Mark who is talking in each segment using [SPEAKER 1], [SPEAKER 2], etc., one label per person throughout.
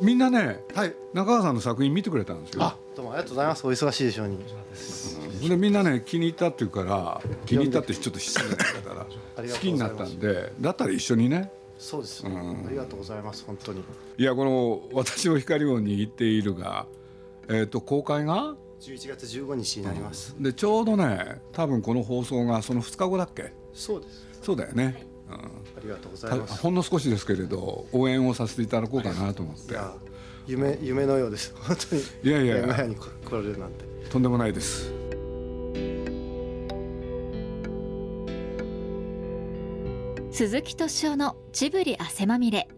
[SPEAKER 1] みんなね
[SPEAKER 2] はい。
[SPEAKER 1] 中川さんの作品見てくれたんですよ
[SPEAKER 2] あ、どうもありがとうございます。お忙しいでしょうに。
[SPEAKER 1] でみんなね気に入ったっていうから気に入ったってちょっと失礼だったか
[SPEAKER 2] あり
[SPEAKER 1] ら
[SPEAKER 2] がとうございます
[SPEAKER 1] 好きになったんでだったら一緒にね
[SPEAKER 2] そうですね。ありがとうございます。本当に。
[SPEAKER 1] いやこの「私の光を握っているが」えー、と公開が
[SPEAKER 2] 11月15日になります。
[SPEAKER 1] でちょうどね多分この放送がその2日後だっけ
[SPEAKER 2] そうです。
[SPEAKER 1] そうだよね、
[SPEAKER 2] ありがとうござ
[SPEAKER 1] た
[SPEAKER 2] います。
[SPEAKER 1] ほんの少しですけれど応援をさせていただこうかなと思っ
[SPEAKER 2] い
[SPEAKER 1] て
[SPEAKER 2] や、夢夢のようです。本当に。
[SPEAKER 1] いやいや
[SPEAKER 2] 目の前に来来られるなんて。
[SPEAKER 1] とんでもないです
[SPEAKER 3] 鈴木敏夫のジブリ汗まみれ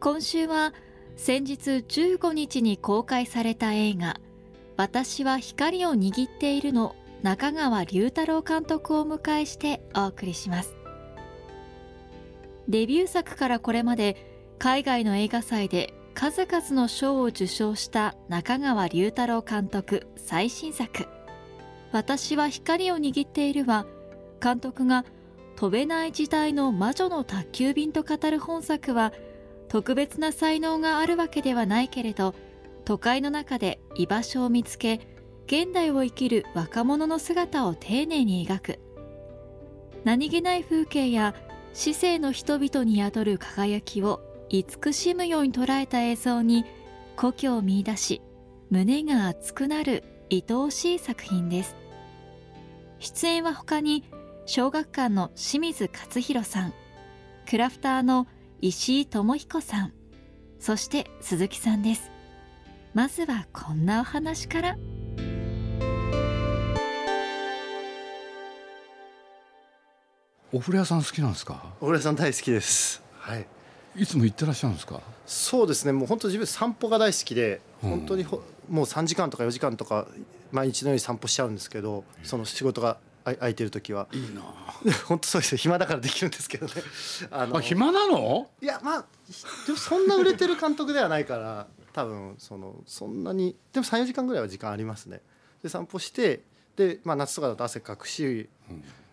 [SPEAKER 3] 今週は先日15日に公開された映画「私は光を握っている」の中川龍太郎監督をお迎えしてお送りしますデビュー作からこれまで海外の映画祭で数々の賞を受賞した中川龍太郎監督最新作「私は光を握っている」は監督が飛べない時代の魔女の宅急便と語る本作は特別な才能があるわけではないけれど都会の中で居場所を見つけ現代を生きる若者の姿を丁寧に描く何気ない風景や市政の人々に宿る輝きを慈しむように捉えた映像に故郷を見出し胸が熱くなる愛おしい作品です出演は他に小学館の清水勝弘さんクラフターの石井智彦さんそして鈴木さんですまずはこんなお話から
[SPEAKER 1] お風呂屋さん好きなんですか
[SPEAKER 2] 小倉さん大好きです。はい。
[SPEAKER 1] いつも行ってらっしゃるんですか
[SPEAKER 2] そうですね。もう本当自分散歩が大好きで、
[SPEAKER 1] うん
[SPEAKER 2] 本当にほもう3時間とか4時間とか毎日のように散歩しちゃうんですけど、その仕事があい空いてる時は。
[SPEAKER 1] いいな
[SPEAKER 2] 本当そうです。暇だからできるんですけどね。あ
[SPEAKER 1] あ暇なの
[SPEAKER 2] いやまあでもそんな売れてる監督ではないから多分そのそんなにでも34時間ぐらいは時間ありますねで散歩してで、まあ、夏とかだと汗かくし、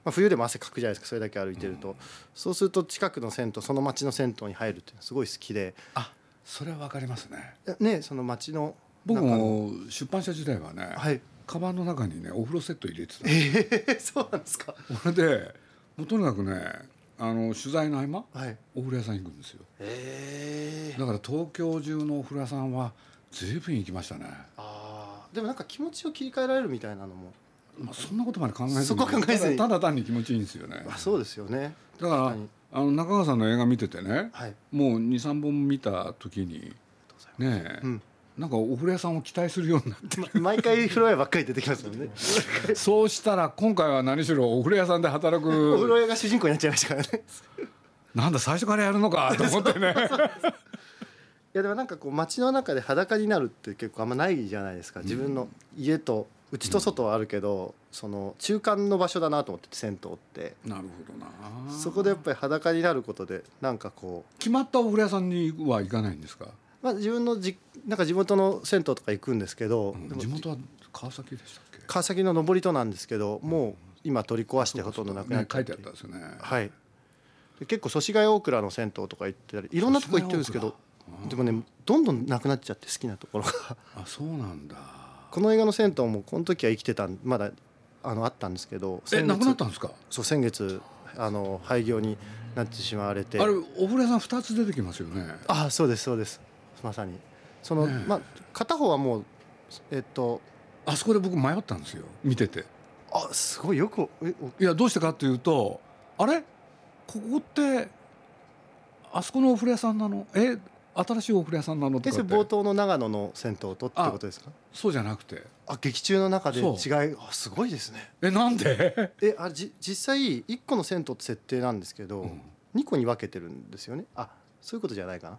[SPEAKER 2] まあ、冬でも汗かくじゃないですかそれだけ歩いてると、そうすると近くの銭湯その町の銭湯に入るっていうのはすごい好きで
[SPEAKER 1] あそれはわかりますね
[SPEAKER 2] ねその町の
[SPEAKER 1] 僕
[SPEAKER 2] 中の
[SPEAKER 1] も出版社時代はね、
[SPEAKER 2] はい
[SPEAKER 1] カバンの中にねお風呂セット入れてた
[SPEAKER 2] えー、 そうなんですか
[SPEAKER 1] それでもうとにかくねあの取材の合間
[SPEAKER 2] はい
[SPEAKER 1] お風呂屋さん行くんですよ
[SPEAKER 2] え
[SPEAKER 1] だから東京中のお風呂屋さんは随分行きましたね、
[SPEAKER 2] あーでもなんか気持ちを切り替えられるみたいなのも
[SPEAKER 1] まあ、そんなことまで考えずに
[SPEAKER 2] そこは考えずに
[SPEAKER 1] ただただ単に気持ちいいんですよね
[SPEAKER 2] あそうですよね
[SPEAKER 1] だから
[SPEAKER 2] 確
[SPEAKER 1] あの中川さんの映画見ててね
[SPEAKER 2] はい
[SPEAKER 1] もう23本見た時にねえ、
[SPEAKER 2] うん
[SPEAKER 1] なんかお風呂屋さんを期待するようになっ
[SPEAKER 2] ま毎回風呂屋ばっかり出てきますもんね
[SPEAKER 1] てそうしたら今回は何しろお風呂屋さんで働
[SPEAKER 2] お風呂
[SPEAKER 1] く
[SPEAKER 2] 屋が主人公になっちゃいましたからね
[SPEAKER 1] なんだ最初からやるのかと思ってね
[SPEAKER 2] いやでもなんかこう街の中で裸になるって結構あんまないじゃないですか自分の家と内と外はあるけど、その中間の場所だなと思ってて銭湯って
[SPEAKER 1] なるほどな
[SPEAKER 2] そこでやっぱり裸になることでなんかこう、
[SPEAKER 1] 決まったお風呂屋さんには行かないんですか
[SPEAKER 2] まあ、自分のじなんか地元の銭湯とか行くんですけど、でも
[SPEAKER 1] 地元は川崎でしたっけ
[SPEAKER 2] 川崎の上り戸なんですけどもう今取り壊してほとんどなくなっ
[SPEAKER 1] ね
[SPEAKER 2] ちゃ
[SPEAKER 1] 書
[SPEAKER 2] っ
[SPEAKER 1] い
[SPEAKER 2] て
[SPEAKER 1] てあったんですよね
[SPEAKER 2] はい、で結構祖師ヶ谷大蔵の銭湯とか行ってたりいろんなとこ行ってるんですけどでもねどんどんなくなっちゃって好きなところが
[SPEAKER 1] あそうなんだ
[SPEAKER 2] この映画の銭湯もこの時は生きてたんまだあのあったんですけど
[SPEAKER 1] え
[SPEAKER 2] 先月
[SPEAKER 1] なくなったんですか
[SPEAKER 2] そう先月あの廃業になってしまわれて
[SPEAKER 1] あれお風呂屋さん二つ出てきますよね
[SPEAKER 2] あそうですそうですまさにその、
[SPEAKER 1] ねえ
[SPEAKER 2] まあ片方はもうえっと
[SPEAKER 1] あそこで僕迷ったんですよ見てて
[SPEAKER 2] あすごいよくえお
[SPEAKER 1] いやどうしてかっていうとあれここってあそこのお風呂屋さんなのえ新しいお風呂屋さんなのと
[SPEAKER 2] で
[SPEAKER 1] か
[SPEAKER 2] それ
[SPEAKER 1] って
[SPEAKER 2] 冒頭の長野の銭湯とってことですか
[SPEAKER 1] そうじゃなくて
[SPEAKER 2] あ劇中の中で違
[SPEAKER 1] そ
[SPEAKER 2] い
[SPEAKER 1] う
[SPEAKER 2] あすごいですね
[SPEAKER 1] えなんで
[SPEAKER 2] えあれじ実際1個の銭湯って設定なんですけど、
[SPEAKER 1] うん
[SPEAKER 2] 2個に分けてるんですよねあそういうことじゃないかな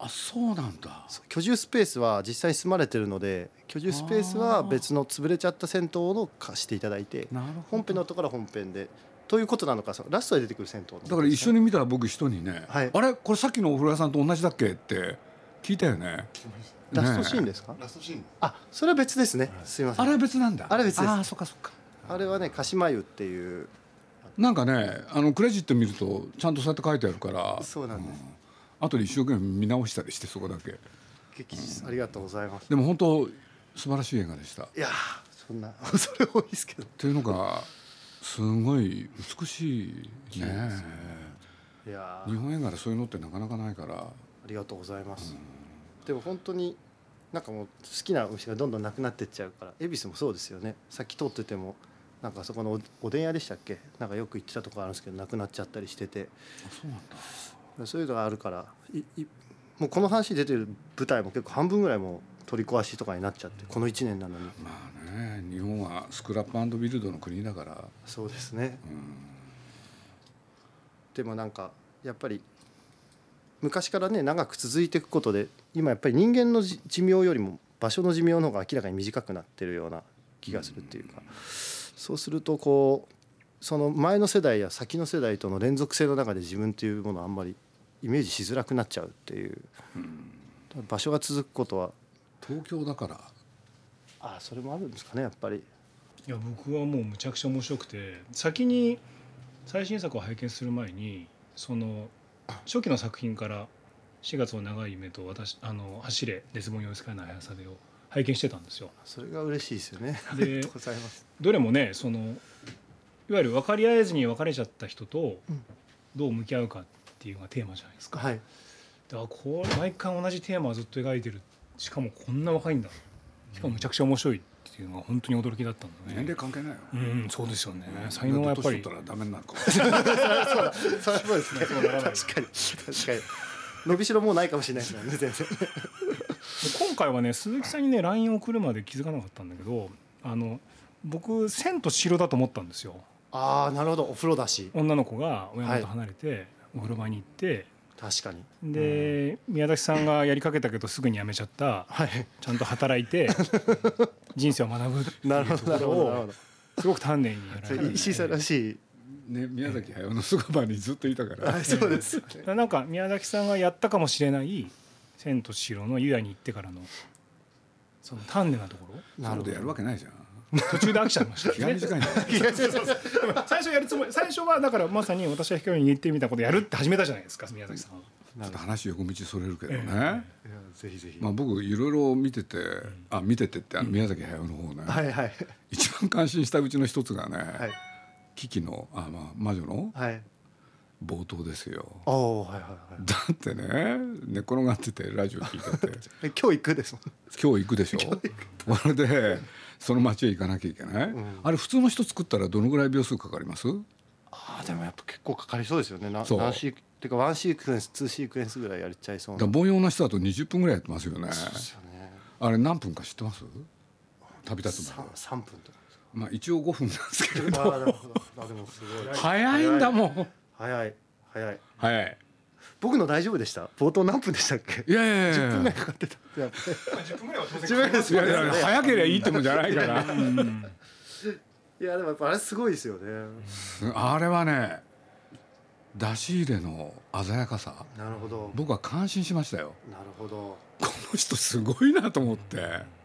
[SPEAKER 1] あそうなんだ
[SPEAKER 2] そう居住スペースは実際に住まれてるので居住スペースは別の潰れちゃった銭湯を貸していただいて
[SPEAKER 1] なるほど
[SPEAKER 2] 本編のところは本編でということなのかそのラストで出てくる銭湯
[SPEAKER 1] だから一緒
[SPEAKER 2] に
[SPEAKER 1] に見たら僕人にね、
[SPEAKER 2] はい
[SPEAKER 1] あれこれさっきのお風呂屋さんと同じだっけって聞いたよね
[SPEAKER 2] ラストシーン
[SPEAKER 1] ね
[SPEAKER 2] ですか、
[SPEAKER 4] ラストシーン
[SPEAKER 2] あそれは別ですねすいま
[SPEAKER 1] え
[SPEAKER 2] せ
[SPEAKER 1] あ
[SPEAKER 2] んあ
[SPEAKER 1] れ
[SPEAKER 2] れ
[SPEAKER 1] は別なんだ
[SPEAKER 2] あれ別です
[SPEAKER 1] あーそっかそっか
[SPEAKER 2] はね鹿島湯っていう
[SPEAKER 1] なんかねあのクレジット見るとちゃんとそうやって書いてあるから
[SPEAKER 2] そうなんです
[SPEAKER 1] 後で一生懸命見直したりしてそこだけ
[SPEAKER 2] 激ありがとうございます
[SPEAKER 1] でも本当素晴らしい映画でした。
[SPEAKER 2] いやーそんな それ多いですけど
[SPEAKER 1] というのがすごい美しいね
[SPEAKER 2] いやー
[SPEAKER 1] 日本映画でそういうのってなかなかないから
[SPEAKER 2] ありがとうございます、でも本当になんかもう好きな虫がどんどんなくなってっちゃうから恵比寿もそうですよねさっき通っててもなんかそこのおおでん屋でしたっけなんかよく行ってたとこあるんですけどなくなっちゃったりしてて
[SPEAKER 1] そうなんだ
[SPEAKER 2] そういうのがあるからいいもうこの話出てる舞台も結構半分ぐらいもう取り壊しとかになっちゃってこの1年なのに
[SPEAKER 1] まあね日本はスクラップビルドの国だから、
[SPEAKER 2] そうですね
[SPEAKER 1] うん、
[SPEAKER 2] でもなんかやっぱり昔からね長く続いていくことで今やっぱり人間のじ寿命よりも場所の寿命の方が明らかに短くなってるような気がするっていうかそうするとこうその前の世代や先の世代との連続性の中で自分というものをあんまりイメージしづらくなっちゃうっていう場所が続くことは
[SPEAKER 1] 東京だから
[SPEAKER 2] あそれもあるんですかねやっぱり
[SPEAKER 4] いや僕はもうむちゃくちゃ面白くて先に最新作を拝見する前にその初期の作品から「4月の長い夢」と私「あの走れ絶望に追いつかれない速さで」を拝見してたんですよ。
[SPEAKER 2] それが嬉しいですよね。あ
[SPEAKER 4] で
[SPEAKER 2] りがとうございます。
[SPEAKER 4] どれもねそのいわゆる分かり合えずに別れちゃった人と
[SPEAKER 2] うん
[SPEAKER 4] どう向き合うかっていうのがテーマじゃないですか。
[SPEAKER 2] はい
[SPEAKER 4] だからこれ毎回同じテーマをずっと描いてるしかもこんな若いんだしかもむちゃくちゃ面白いっていうのが本当に驚きだったんだね。
[SPEAKER 1] 年齢関係ないよ、
[SPEAKER 4] うん、そうですよね。才能はやっぱり
[SPEAKER 1] 年取ったらダメになるか
[SPEAKER 2] そうそうですね。確かに確かに伸びしろもうないかもしれないですもんね全然。
[SPEAKER 4] 今回はね鈴木さんにね LINE を送るまで気づかなかったんだけどあの僕「千と千尋」だと思ったんですよ
[SPEAKER 2] ああなるほどお風呂だし
[SPEAKER 4] 女の子が親元離れてお風呂場に行って、
[SPEAKER 2] 確かに
[SPEAKER 4] で宮崎さんがやりかけたけどすぐに辞めちゃった
[SPEAKER 2] はい
[SPEAKER 4] ちゃんと働いて人生を学ぶって
[SPEAKER 2] なる
[SPEAKER 4] い
[SPEAKER 2] ほど
[SPEAKER 4] うと
[SPEAKER 2] な
[SPEAKER 4] こ
[SPEAKER 2] る
[SPEAKER 4] ろ
[SPEAKER 2] ほどなる
[SPEAKER 4] を
[SPEAKER 2] ほ
[SPEAKER 4] すごく丹念にやられ
[SPEAKER 2] ど
[SPEAKER 4] て
[SPEAKER 2] 石井さんらしい
[SPEAKER 1] ね宮崎駿のそばにずっといたから
[SPEAKER 2] あそうですよね
[SPEAKER 4] だからなんか宮崎さんがやったかもしれない「千と千尋」の湯屋に行ってからのその丹念なところ
[SPEAKER 1] なのでやるわけないじゃん
[SPEAKER 4] 途中で飽きちゃいました
[SPEAKER 1] 気が
[SPEAKER 4] ね
[SPEAKER 1] 短いんだよ
[SPEAKER 4] 最初やるつもり最初はだからまさに私は光に似てみたいなことやるって始めたじゃないですか宮崎さんは。
[SPEAKER 1] ちょっと話横道それるけどね、
[SPEAKER 2] いやぜひぜひ
[SPEAKER 1] まあ、僕いろいろ見てて、あ見ててってあの宮崎駿の方ね、
[SPEAKER 2] はいはい
[SPEAKER 1] 一番感心したうちの一つがね、
[SPEAKER 2] はい
[SPEAKER 1] キキのあ、まあ、魔女の
[SPEAKER 2] はい
[SPEAKER 1] 冒頭ですよ、
[SPEAKER 2] おおはいはいは
[SPEAKER 1] だってね寝転がっててラジオ聞いてて
[SPEAKER 2] い今日行くですもん
[SPEAKER 1] 今日行くでしょそれでその町へ行かなきゃいけない、
[SPEAKER 2] ん
[SPEAKER 1] あれ普通の人作ったらどのぐらい秒数かかります
[SPEAKER 2] ああでもやっぱ結構かかりそうですよねな
[SPEAKER 1] そう
[SPEAKER 2] 何シークてかワンシークエンスツーシークエンスぐらいやれちゃいそう
[SPEAKER 1] だ
[SPEAKER 2] な
[SPEAKER 1] 凡庸な人だと20分ぐらいやってますよね
[SPEAKER 2] そうですよね
[SPEAKER 1] あれ何分か知ってます旅立つま
[SPEAKER 2] 三
[SPEAKER 1] で
[SPEAKER 2] 三分 とかですか
[SPEAKER 1] まあ一応5分なんですけど
[SPEAKER 2] ああなるほどあでもすごい
[SPEAKER 1] 早いんだもん
[SPEAKER 2] 早い早い
[SPEAKER 1] 早い
[SPEAKER 2] 僕の大丈夫でした冒頭何分でしたっけ
[SPEAKER 1] いやいやいやいや
[SPEAKER 2] かかってたやっぱり
[SPEAKER 4] 10分ぐらいは当
[SPEAKER 2] 自分です
[SPEAKER 1] い
[SPEAKER 2] よ
[SPEAKER 1] やいや早ければいいってもんじゃないから
[SPEAKER 2] いやでもやっぱあれすごいですよね
[SPEAKER 1] あれはね出し入れの鮮やかさ
[SPEAKER 2] なるほど
[SPEAKER 1] 僕は感心しましたよ
[SPEAKER 2] なるほど
[SPEAKER 1] この人すごいなと思って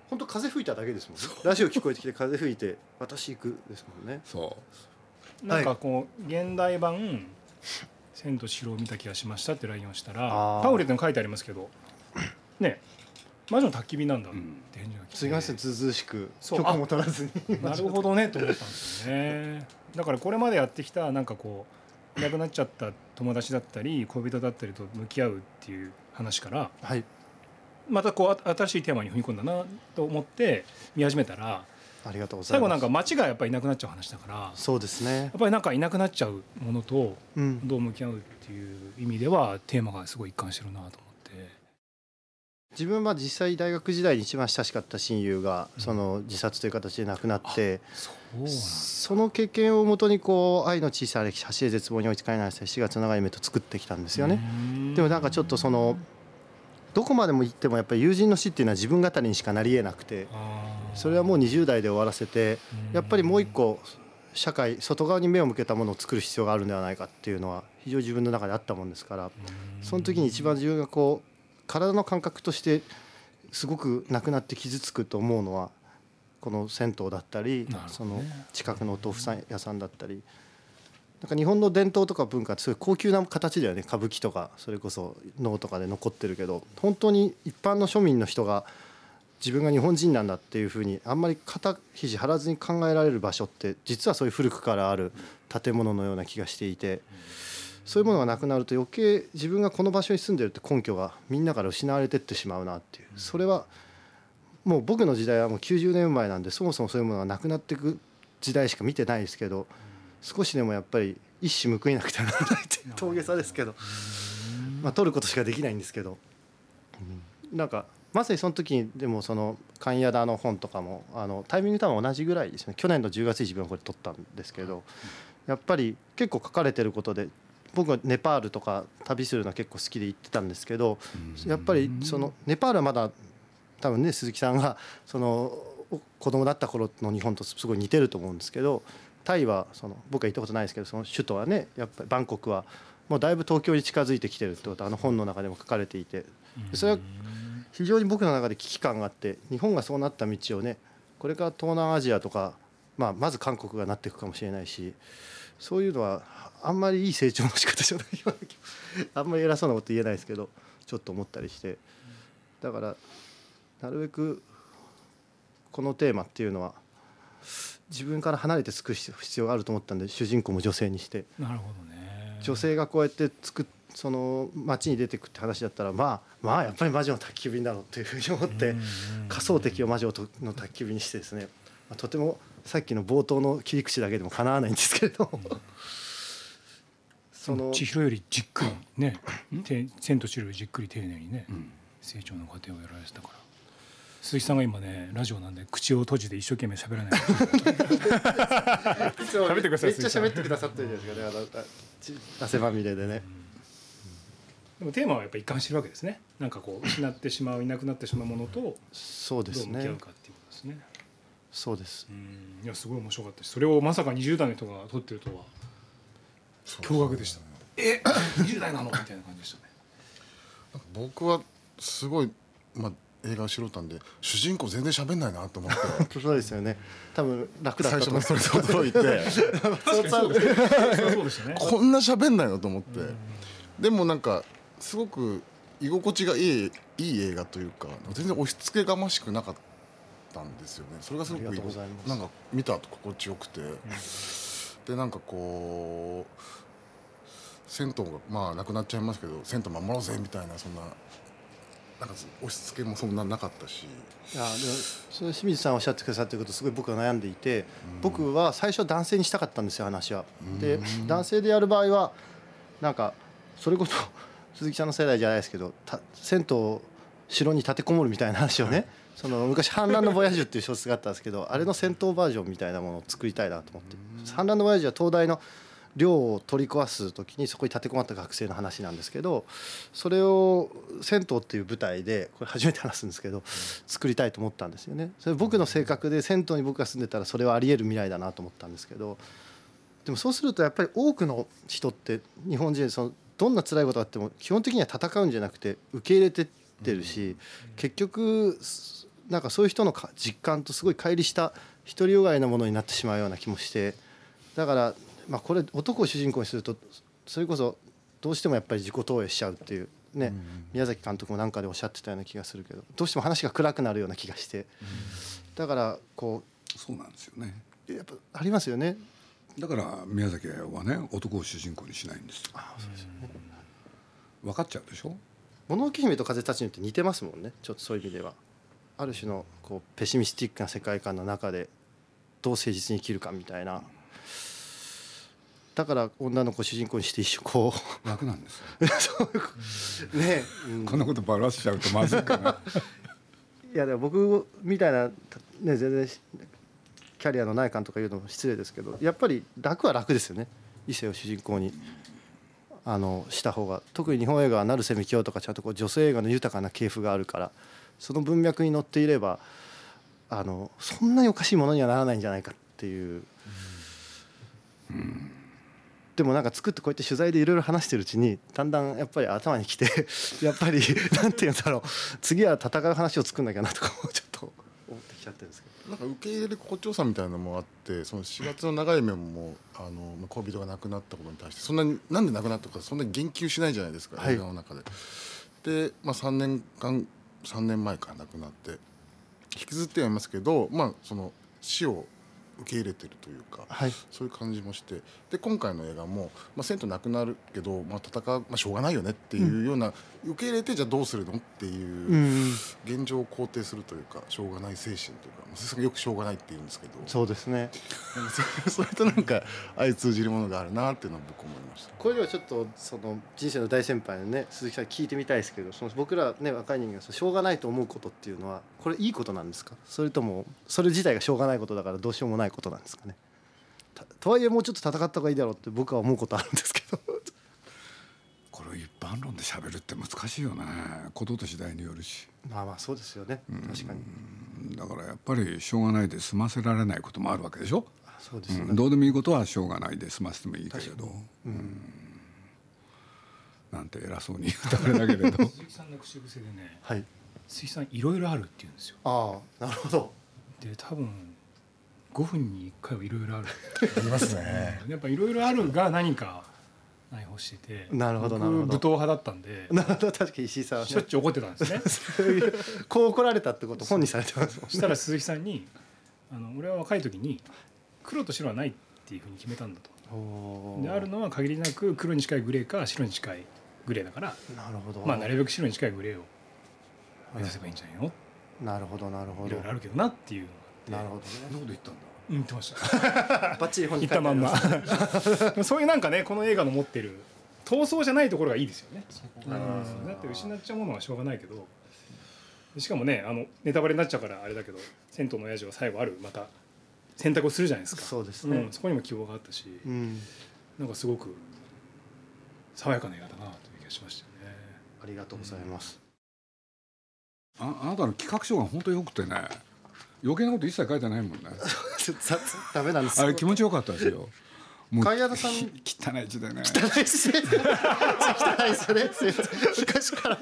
[SPEAKER 2] 本当風吹いただけですもんねラジオ聞こえてきて風吹いて私行くですもんね
[SPEAKER 1] そ
[SPEAKER 4] なんかこう現代版「千と千尋」を見た気がしましたって LINE をしたら
[SPEAKER 2] あー
[SPEAKER 4] パウレットに書いてありますけどね魔女の焚き火なんだって返事が来て
[SPEAKER 2] すいませんずうずうしく
[SPEAKER 4] そう
[SPEAKER 2] 許可も取らずに
[SPEAKER 4] なるほどねと思ったんですよね。だからこれまでやってきたなんかこういなくなっちゃった友達だったり恋人だったりと向き合うっていう話から
[SPEAKER 2] はい
[SPEAKER 4] またこうあ新しいテーマに踏み込んだなと思って見始めたら
[SPEAKER 2] ありがとうござ
[SPEAKER 4] 最
[SPEAKER 2] い
[SPEAKER 4] 後
[SPEAKER 2] ます
[SPEAKER 4] なんか街がやっぱりいなくなっちゃう話だからや
[SPEAKER 2] そうですね
[SPEAKER 4] っぱりなんかいなくなっちゃうものと
[SPEAKER 2] うん
[SPEAKER 4] どう向き合うっていう意味ではテーマがすごい一貫してるなと思って。
[SPEAKER 2] 自分は実際大学時代に一番親しかった親友がその自殺という形で亡くなって
[SPEAKER 4] そう
[SPEAKER 2] その経験をもとにこう愛の小さな歴史走れ絶望に追いつかれない4月の長い夢と作ってきたんですよねでもなんかちょっとそのどこまでも行ってもやっぱり友人の死っていうのは自分語りにしかなりえなくてそれはもう20代で終わらせてやっぱりもう一個社会外側に目を向けたものを作る必要があるんではないかっていうのは非常に自分の中であったもんですからその時に一番自分がこう体の感覚としてすごくなくなって傷つくと思うのはこの銭湯だったり
[SPEAKER 4] なるほ
[SPEAKER 2] そ
[SPEAKER 4] ど
[SPEAKER 2] の
[SPEAKER 4] ね
[SPEAKER 2] 近くのお豆腐さん屋さんだったりなんか日本の伝統とか文化ってすごい高級な形だよね歌舞伎とかそれこそ能とかで残ってるけど本当に一般の庶民の人が自分が日本人なんだっていうふうにあんまり肩肘張らずに考えられる場所って実はそういう古くからある建物のような気がしていてそういうものがなくなると余計自分がこの場所に住んでるって根拠がみんなから失われてってしまうなっていうそれはもう僕の時代はもう90年前なんでそもそもそういうものがなくなっていく時代しか見てないですけど少しでもやっぱり一矢報いなくてはならないって いう峠さですけど、まあ、取ることしかできないんですけど、なんかまさにその時にでもその関谷田の本とかもあのタイミング多分同じぐらいですね去年の10月に自分はこれ取ったんですけど、やっぱり結構書かれてることで僕はネパールとか旅するのは結構好きで行ってたんですけど、やっぱりそのネパールはまだ多分ね鈴木さんがそのお子供だった頃の日本とすごい似てると思うんですけどタイはその僕は行ったことないですけどその首都はねやっぱりバンコクはもうだいぶ東京に近づいてきてるってことはあの本の中でも書かれていてそれは非常に僕の中で危機感があって日本がそうなった道をねこれから東南アジアとか、まあ、まず韓国がなっていくかもしれないしそういうのはあんまりいい成長の仕方じゃないような気もあんまり偉そうなこと言えないですけどちょっと思ったりしてだからなるべくこのテーマっていうのは自分から離れて作る必要があると思ったんで主人公も女性にして
[SPEAKER 4] なるほどね
[SPEAKER 2] 女性がこうやって作っその街に出てくって話だったらまあまあやっぱり魔女の宅急便だろうっていうふうに思って仮想敵を魔女の宅急便にしてですねまあとてもさっきの冒頭の切り口だけでもかなわないんですけれどもその
[SPEAKER 4] 千尋よりじっくりねて千と千尋よりじっくり丁寧にね、成長の過程をやられてたから鈴木さんが今ねラジオなんで口を閉じて一生懸命喋らない
[SPEAKER 2] 喋
[SPEAKER 5] ってください
[SPEAKER 2] めっちゃ喋ってくださってるじゃないですかねあのあち汗まみれでね。
[SPEAKER 4] でもテーマはやっぱ一貫してるわけですねなんかこう失ってしまういなくなってしまうものとど
[SPEAKER 2] そうです
[SPEAKER 4] う向き合
[SPEAKER 2] ね
[SPEAKER 4] う。かっていうことですね
[SPEAKER 2] そうです
[SPEAKER 4] う。んいやすごい面白かったしそれをまさか20代の人が撮ってるとは驚愕でした え20代なのみたいな感じでしたね
[SPEAKER 5] なんか僕はすごい、まあ、映画を素人なんで主人公全然喋んないなと思って
[SPEAKER 2] 本当そうですよね。多分楽だっ
[SPEAKER 5] 最
[SPEAKER 2] た
[SPEAKER 5] 初
[SPEAKER 2] と思う。
[SPEAKER 5] のそれで驚いて
[SPEAKER 4] 確かにそうですね そうでしたね
[SPEAKER 5] こんな喋んないのと思ってでもなんかすごく居心地がいいいい映画というか全然押し付けがましくなかったんですよねそれがすご
[SPEAKER 2] あり
[SPEAKER 5] くい
[SPEAKER 2] がとうございます
[SPEAKER 5] なんか見た後心地よくてでなんかこう銭湯がまあなくなっちゃいますけど銭湯守ろうぜみたいなそんななんか押し付けもそんななかったし
[SPEAKER 2] いやでもその清水さんおっしゃってくださってることすごい僕は悩んでいて、僕は最初男性にしたかったんですよ話は。で男性でやる場合はなんかそれこそ 鈴木さんの世代じゃないですけどた銭湯を城に立てこもるみたいな話をねその昔「反乱のボヤージュ」っていう小説があったんですけどあれの戦闘バージョンみたいなものを作りたいなと思って「反乱のボヤージュ」は東大の寮を取り壊す時にそこに立てこもった学生の話なんですけどそれを銭湯っていう舞台でこれ初めて話すんですけど作りたいと思ったんですよね。それ僕の性格で銭湯に僕が住んでたらそれはあり得る未来だなと思ったんですけどでもそうするとやっぱり多くの人って日本人そのどんな辛いことがあっても基本的には戦うんじゃなくて受け入れてってるし、結局すなんかそういう人のか実感とすごい乖離した独りよがりなものになってしまうような気もしてだから、まあ、これ男を主人公にするとそれこそどうしてもやっぱり自己投影しちゃうっていうね、宮崎監督もなんかでおっしゃってたような気がするけどどうしても話が暗くなるような気がして、だからこ
[SPEAKER 1] そうなんですよね
[SPEAKER 2] うやっぱありますよね
[SPEAKER 1] だから宮崎駿はね男を主人公にしないんですよ分かっちゃうでしょ
[SPEAKER 2] 物置姫と風立ちぬって似てますもんねちょっとそういう意味ではある種のこうペシミスティックな世界観の中でどう誠実に生きるかみたいなだから女の子を主人公にして一緒こ
[SPEAKER 1] 楽なんですよ
[SPEAKER 2] うそういう ねえ、うん
[SPEAKER 1] こんなことばらしちゃうとまずいかな
[SPEAKER 2] いやでも僕みたいな、ね、全然しキャリアのない感とか言うのも失礼ですけどやっぱり楽は楽ですよね異性を主人公にあのした方が特に日本映画は成瀬幹雄とかちゃんとこう女性映画の豊かな系譜があるからその文脈に乗っていればあのそんなにおかしいものにはならないんじゃないかっていう。でもなんか作ってこうやって取材でいろいろ話してるうちにだんだんやっぱり頭にきて やっぱりなんて言うんだろう次は戦う話を作んなきゃなとかもちょっと思ってきちゃってるんですけど
[SPEAKER 5] なんか受け入れる誇張さみたいなのもあってその4月の長い目もあのまあ恋人が亡くなったことに対してそんなになんで亡くなったかそんなに言及しないじゃないですか、
[SPEAKER 2] はい
[SPEAKER 5] 映画の中で。で、まあ、3年間3年前から亡くなって引きずってはいますけど、まあ、その死を受け入れてるというか
[SPEAKER 2] はい
[SPEAKER 5] そういう感じもしてで今回の映画も、まあ、戦闘なくなるけど、まあ、戦う、まあ、しょうがないよねっていうような、受け入れてじゃあどうするのっていう。
[SPEAKER 2] うん
[SPEAKER 5] 現状を肯定するというかしょうがない精神というかまあそれがよくしょうがないって言うんですけど
[SPEAKER 2] そうですね
[SPEAKER 5] なんか そそれとなんか相通じるものがあるなっていうのは僕思いました
[SPEAKER 2] これではちょっとその人生の大先輩のね鈴木さんに聞いてみたいですけどその僕らね若い人間がそのしょうがないと思うことっていうのはこれいいことなんですかそれともそれ自体がしょうがないことだからどうしようもないことなんですかねたとはいえもうちょっと戦った方がいいだろうって僕は思うことあるんですけど
[SPEAKER 1] これを一般論で喋るって難しいよねことと次第によるし
[SPEAKER 2] まあまあそうですよね確かに
[SPEAKER 1] うんだからやっぱりしょうがないで済ませられないこともあるわけでしょ、
[SPEAKER 2] あそうですよ
[SPEAKER 1] うん
[SPEAKER 2] ね
[SPEAKER 1] どうでもいいことはしょうがないで済ませてもいいけれど、うんなんて偉そうに言うとあれだけれど
[SPEAKER 4] 鈴木さんの口癖でね
[SPEAKER 2] はい
[SPEAKER 4] 鈴木さんいろいろあるって言うんですよ
[SPEAKER 2] ああなるほど
[SPEAKER 4] で多分5分に1回はいろいろある
[SPEAKER 5] ありますね
[SPEAKER 4] やっぱいろいろあるが何か内包してて
[SPEAKER 2] なるほどなるほど
[SPEAKER 4] 僕武闘派だったんで
[SPEAKER 2] なるほど確かに石井さんは
[SPEAKER 4] しょっ
[SPEAKER 2] ね
[SPEAKER 4] ちゅう怒ってたんですね
[SPEAKER 2] そういうこう怒られたってこと本にされてますもん
[SPEAKER 4] そしたら鈴木さんにあの俺は若い時に黒と白はないっていうふうに決めたんだと
[SPEAKER 2] おー
[SPEAKER 4] であるのは限りなく黒に近いグレーか白に近いグレーだから
[SPEAKER 2] なるほど
[SPEAKER 4] まあなるべく白に近いグレーを目指せばいいんじゃないの
[SPEAKER 2] なるほどなるほ
[SPEAKER 4] い
[SPEAKER 2] ど
[SPEAKER 4] ろいろあるけどなっていうの
[SPEAKER 2] なるほどね
[SPEAKER 1] こと言ったんだ
[SPEAKER 4] うん言ってました
[SPEAKER 2] バッチリ本に
[SPEAKER 4] 言っ
[SPEAKER 2] 書い
[SPEAKER 4] た
[SPEAKER 2] てあ
[SPEAKER 4] ま
[SPEAKER 2] り
[SPEAKER 4] んま
[SPEAKER 2] ます
[SPEAKER 4] そういうなんかねこの映画の持ってる闘争じゃないところがいいですよね
[SPEAKER 2] なるほど
[SPEAKER 4] うんだって失っちゃうものはしょうがないけどしかもねあのネタバレになっちゃうからあれだけど銭湯の親父は最後あるまた選択をするじゃないですか
[SPEAKER 2] そうです
[SPEAKER 4] う
[SPEAKER 2] ね
[SPEAKER 4] ん、そこにも希望があったし、
[SPEAKER 2] うん
[SPEAKER 4] なんかすごく爽やかな映画だなという気がしましたよね
[SPEAKER 2] ありがとうございます
[SPEAKER 1] ああなたの企画書が本当よくてね余計なこと一切書いてないもんね
[SPEAKER 2] 雑ダメなんです
[SPEAKER 1] あ
[SPEAKER 2] よ
[SPEAKER 1] れ気持ちよかったですよもう
[SPEAKER 2] 海原さん
[SPEAKER 1] ひ汚い字でね
[SPEAKER 2] 汚いですね汚いですよねすいません昔から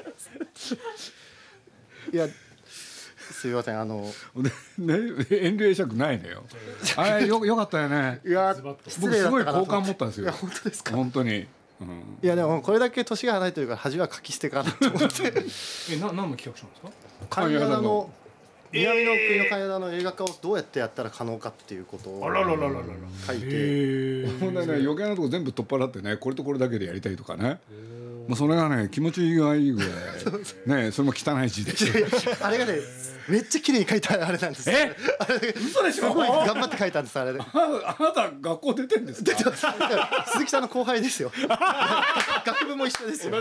[SPEAKER 2] いやすいませんあの
[SPEAKER 1] でね遠慮したくないのよあれよよかったよね
[SPEAKER 2] いや
[SPEAKER 4] ズバッと
[SPEAKER 2] 失
[SPEAKER 1] 僕
[SPEAKER 2] 礼
[SPEAKER 1] す
[SPEAKER 2] だっ
[SPEAKER 1] ごい
[SPEAKER 2] たかな
[SPEAKER 1] 好
[SPEAKER 2] と
[SPEAKER 1] 感
[SPEAKER 2] 思って
[SPEAKER 1] 持ったんです
[SPEAKER 2] い
[SPEAKER 1] よ
[SPEAKER 2] や本当ですか
[SPEAKER 1] 本当に、うん、
[SPEAKER 2] いやでもこれだけ年が離れてるから恥はかき捨てかなと思って
[SPEAKER 4] えな何の企画書なんですか
[SPEAKER 2] 海原
[SPEAKER 1] 神谷
[SPEAKER 2] の
[SPEAKER 1] の
[SPEAKER 2] 南の国の海原の映画化をどうやってやったら可能かっていうことを
[SPEAKER 4] あらららららら
[SPEAKER 2] 書い
[SPEAKER 4] へ
[SPEAKER 2] て
[SPEAKER 1] ほんでね余計なとこ全部取っ払ってねこれとこれだけでやりたいとかねもうそれがね気持ちがいいぐらいねそれも汚い字で
[SPEAKER 2] あれがねめっちゃ綺麗に書いたあれなんですよ
[SPEAKER 1] え嘘でし
[SPEAKER 2] す
[SPEAKER 1] ょ
[SPEAKER 2] ごい頑張って書いたんですあ れで
[SPEAKER 1] ああなた学校出てんですか
[SPEAKER 2] 鈴木さんの後輩ですよ 学部も一緒ですよ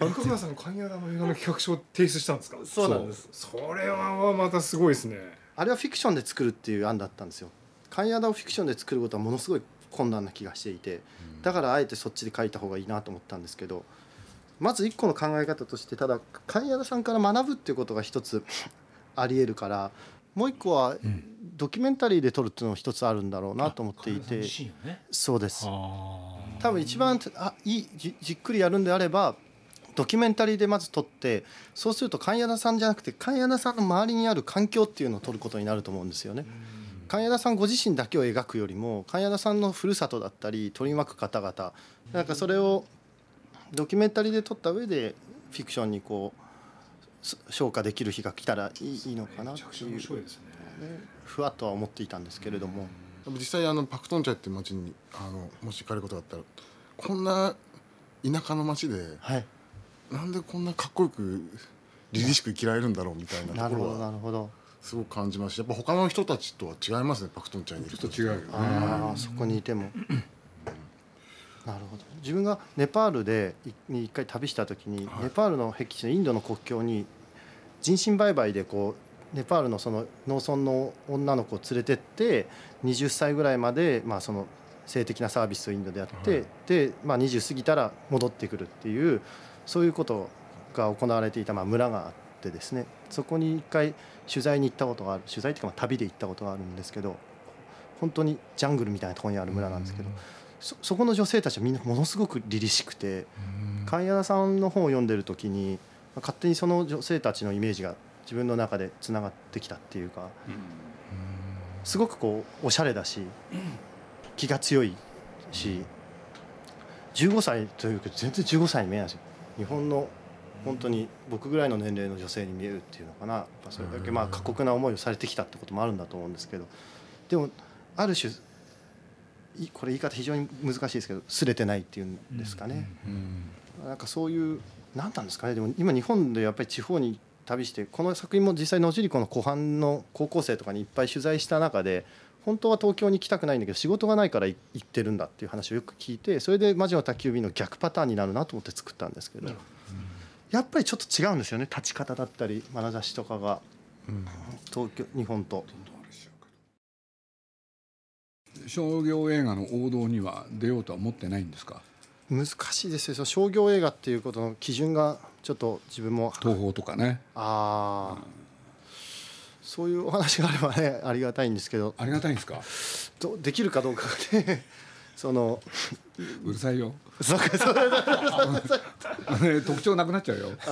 [SPEAKER 4] 赤倉さんの神谷田の映画の企画書を提出したんですか
[SPEAKER 2] そうなんです
[SPEAKER 4] それはまたすごいですね
[SPEAKER 2] あれはフィクションで作るっていう案だったんですよカンヤダをフィクションで作ることはものすごい困難な気がしていてだからあえてそっちで書いた方がいいなと思ったんですけどまず一個の考え方としてただカンヤダさんから学ぶっていうことが一つ ありえるからもう一個はドキュメンタリーで撮るっていうのも一つあるんだろうなと思っていて
[SPEAKER 4] シーンよね
[SPEAKER 2] そうです
[SPEAKER 4] あ
[SPEAKER 2] 多分一番あいいじじっくりやるんであればドキュメンタリーでまず撮ってそうすると神谷田さんじゃなくて神谷田さんの周りにある環境っていうのを撮ることになると思うんですよね。神谷田さんご自身だけを描くよりも神谷田さんのふるさとだったり取り巻く方々なんかそれをドキュメンタリーで撮った上でフィクションにこうそ昇華できる日が来たらいいいいのかなっ
[SPEAKER 4] めちゃく
[SPEAKER 2] て
[SPEAKER 4] ちゃ
[SPEAKER 2] い
[SPEAKER 4] 面
[SPEAKER 2] う
[SPEAKER 4] 白いですね
[SPEAKER 2] ふわっとは思っていたんですけれども
[SPEAKER 5] でも実際あのパクトンチャイっていう町にあのもし行かれることがあったらこんな田舎の町で
[SPEAKER 2] はい
[SPEAKER 5] なんでこんなかっこよく凛々しく生きられるんだろうみたいな
[SPEAKER 2] なる
[SPEAKER 5] と
[SPEAKER 2] ほ
[SPEAKER 5] ころ
[SPEAKER 2] どな
[SPEAKER 5] は
[SPEAKER 2] るほど
[SPEAKER 5] すごく感じますしやっぱ他の人たちとは違いますねパクトンチャイにいる
[SPEAKER 1] ちょ
[SPEAKER 5] 人
[SPEAKER 1] っと違うよね
[SPEAKER 2] ああそこにいても。なるほど自分がネパールでいに一回旅した時に、ネパールの僻地のインドの国境に人身売買でこうネパールのその農村の女の子を連れてって20歳ぐらいまで、まあ、その性的なサービスをインドでやって、
[SPEAKER 5] はい
[SPEAKER 2] で、まあ、20過ぎたら戻ってくるっていうそういうことが行われていた、まあ、村があってですねそこに一回取材に行ったことがある取材っていうかまあ旅で行ったことがあるんですけど本当にジャングルみたいなところにある村なんですけどそそこの女性たちはみんなものすごく凛々しくて神谷田さんの本を読んでる時に勝手にその女性たちのイメージが自分の中でつながってきたっていうかすごくこうおしゃれだし気が強いし15歳というか全然15歳に見えないですよ日本の本当に僕ぐらいの年齢の女性に見えるっていうのかなやっぱそれだけまあ過酷な思いをされてきたってこともあるんだと思うんですけどでもある種いこれ言い方非常に難しいですけどすれてないっていうんですかね。なんかそういう何なんですかねでも今日本でやっぱり地方に旅してこの作品も実際野尻湖の湖畔の高校生とかにいっぱい取材した中で本当は東京に行きたくないんだけど仕事がないからい行ってるんだっていう話をよく聞いてそれで「魔女の宅急便」の逆パターンになるなと思って作ったんですけど
[SPEAKER 4] なるほ
[SPEAKER 2] やっぱりちょっと違うんですよね立ち方だったり眼差しとかが東京日本と。
[SPEAKER 1] 商業映画の王道には出ようとは思ってないんですか
[SPEAKER 2] 難しいですよその商業映画っていうことの基準がちょっと自分も
[SPEAKER 1] 東宝とかね
[SPEAKER 2] ああ、そういうお話があればねありがたいんですけど
[SPEAKER 1] ありがたいんですか
[SPEAKER 2] どできるかどうかがね その
[SPEAKER 1] うるさいよ
[SPEAKER 2] そうかそうか
[SPEAKER 1] ね特徴なくなっちゃうよ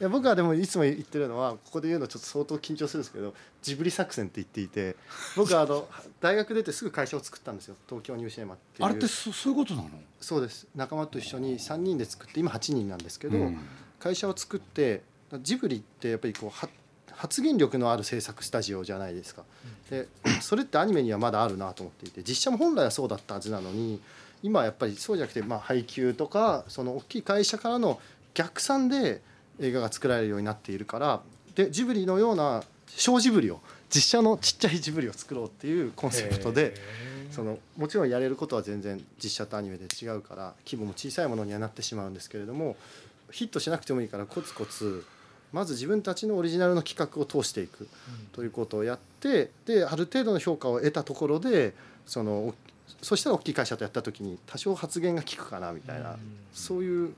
[SPEAKER 2] いや僕はでもいつも言ってるのはここで言うのちょっと相当緊張するんですけどジブリ作戦って言っていて僕はあの大学出てすぐ会社を作ったんですよ東京ニューシネマってい
[SPEAKER 1] あ
[SPEAKER 2] う
[SPEAKER 1] れってそそういうことなの
[SPEAKER 2] そうです仲間と一緒に3人で作って今8人なんですけど、
[SPEAKER 1] うん
[SPEAKER 2] 会社を作ってジブリってやっぱりこうは発言力のある制作スタジオじゃないですか、でそれってアニメにはまだあるなと思っていて実写も本来はそうだったはずなのに今はやっぱりそうじゃなくて、まあ、配給とかその大きい会社からの逆算で映画が作られるようになっているからでジブリのような小ジブリを実写のちっちゃいジブリを作ろうっていうコンセプトで。そのもちろんやれることは全然実写とアニメで違うから規模も小さいものにはなってしまうんですけれどもヒットしなくてもいいからコツコツまず自分たちのオリジナルの企画を通していくということをやってである程度の評価を得たところでそのおそしたら大きい会社とやった時に多少発言が効くかなみたいなそ ういう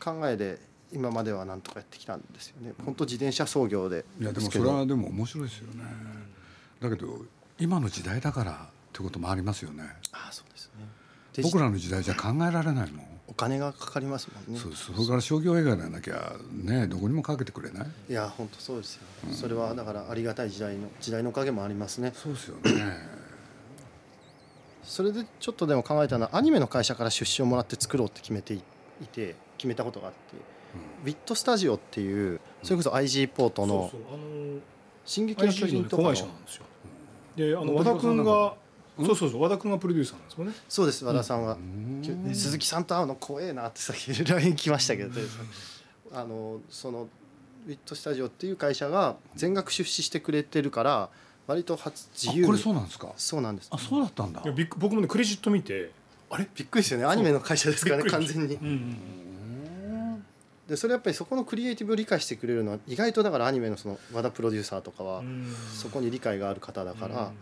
[SPEAKER 2] 考えで今まではなんとかやってきたんですよね。本当自転車操業で
[SPEAKER 1] いやで
[SPEAKER 2] で
[SPEAKER 1] も
[SPEAKER 2] すけ
[SPEAKER 1] そ
[SPEAKER 2] ど
[SPEAKER 1] れはでも面白いですよねだけど今の時代だからってこともありますよね
[SPEAKER 2] ああそうですねで
[SPEAKER 1] 僕らの時代じゃ考えられないもん
[SPEAKER 2] お金がかかりますもんね。
[SPEAKER 1] そうですそれから商業映画でなきゃねどこにもかけてくれない
[SPEAKER 2] いや本当そうですよ、それはだからありがたい時代の時代のおかげもありますね
[SPEAKER 1] そうですよね
[SPEAKER 2] それでちょっとでも考えたのはアニメの会社から出資をもらって作ろうって決めていいて決めたことがあって、ビットスタジオっていうそれこそ IG ポートの
[SPEAKER 4] そうそうあの
[SPEAKER 2] 「進撃の巨
[SPEAKER 4] ICG の
[SPEAKER 2] 人」
[SPEAKER 4] ね
[SPEAKER 2] と
[SPEAKER 4] 子
[SPEAKER 2] かの
[SPEAKER 4] 会社なんですよ。で、あの
[SPEAKER 1] 本
[SPEAKER 4] 和
[SPEAKER 1] 当
[SPEAKER 4] 田
[SPEAKER 1] に
[SPEAKER 4] 君が、
[SPEAKER 1] ん
[SPEAKER 4] そうそうそう和田君がプロデューサーなんですよね。
[SPEAKER 2] そうです和田さんが
[SPEAKER 1] ん
[SPEAKER 2] で鈴木さんと会うの怖えなってさっき LINE 来ましたけどあのそのウィットスタジオっていう会社が全額出資してくれてるから割と初自由
[SPEAKER 1] あ
[SPEAKER 2] に
[SPEAKER 1] これそうなんですか
[SPEAKER 2] そうなんです
[SPEAKER 1] あそうだったんだ
[SPEAKER 4] いやびっく僕もねクレジット見て、あれ？
[SPEAKER 2] びっくりですよねアニメの会社ですからね
[SPEAKER 4] びっく
[SPEAKER 2] 完
[SPEAKER 4] りし
[SPEAKER 2] 全に
[SPEAKER 4] うんうん。
[SPEAKER 2] でそれやっぱりそこのクリエイティブを理解してくれるのは意外とだからアニメのその和田プロデューサーとかはそこに理解がある方だから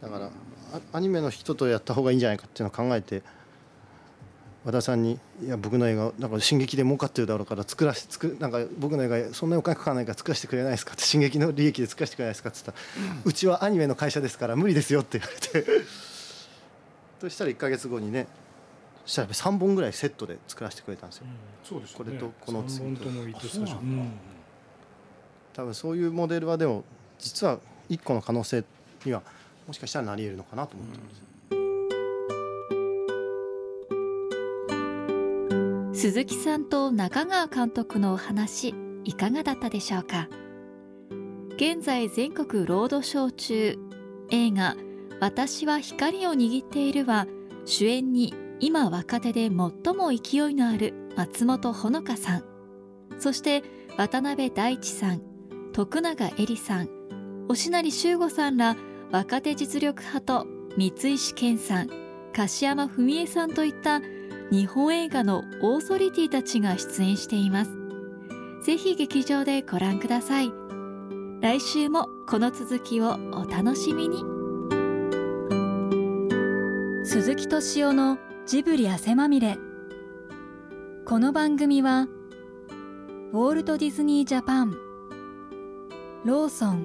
[SPEAKER 2] だからあアニメの人とやった方がいいんじゃないかっていうのを考えて和田さんに「いや僕の映画なんか進撃で儲かってるだろうから作らせ作なんか僕の映画そんなにお金かからないから作らせてくれないですか?」って「進撃の利益で作らせてくれないですか?」って言ったら「うちはアニメの会社ですから無理ですよ」って言われて そしたら1か月後にねそしたら3本ぐらいセットで作らせてくれたんですよ
[SPEAKER 4] うん。そうですよね。
[SPEAKER 2] これとこの
[SPEAKER 4] 三本とも一致したし
[SPEAKER 1] あそうな
[SPEAKER 2] 多分そういうモデルはでも実は一個の可能性にはもしかしたらなり得るのかなと思ってます、
[SPEAKER 3] 鈴木さんと中川監督のお話いかがだったでしょうか現在全国ロードショー中映画「私は光を握っているは」主演に今若手で最も勢いのある松本穂香さんそして渡辺大地さん徳永恵里さん押成修吾さんら若手実力派と三石健さん樫山文江さんといった日本映画のオーソリティたちが出演していますぜひ劇場でご覧ください来週もこの続きをお楽しみに鈴木敏夫のジブリ汗まみれこの番組はウォールト・ディズニー・ジャパンローソン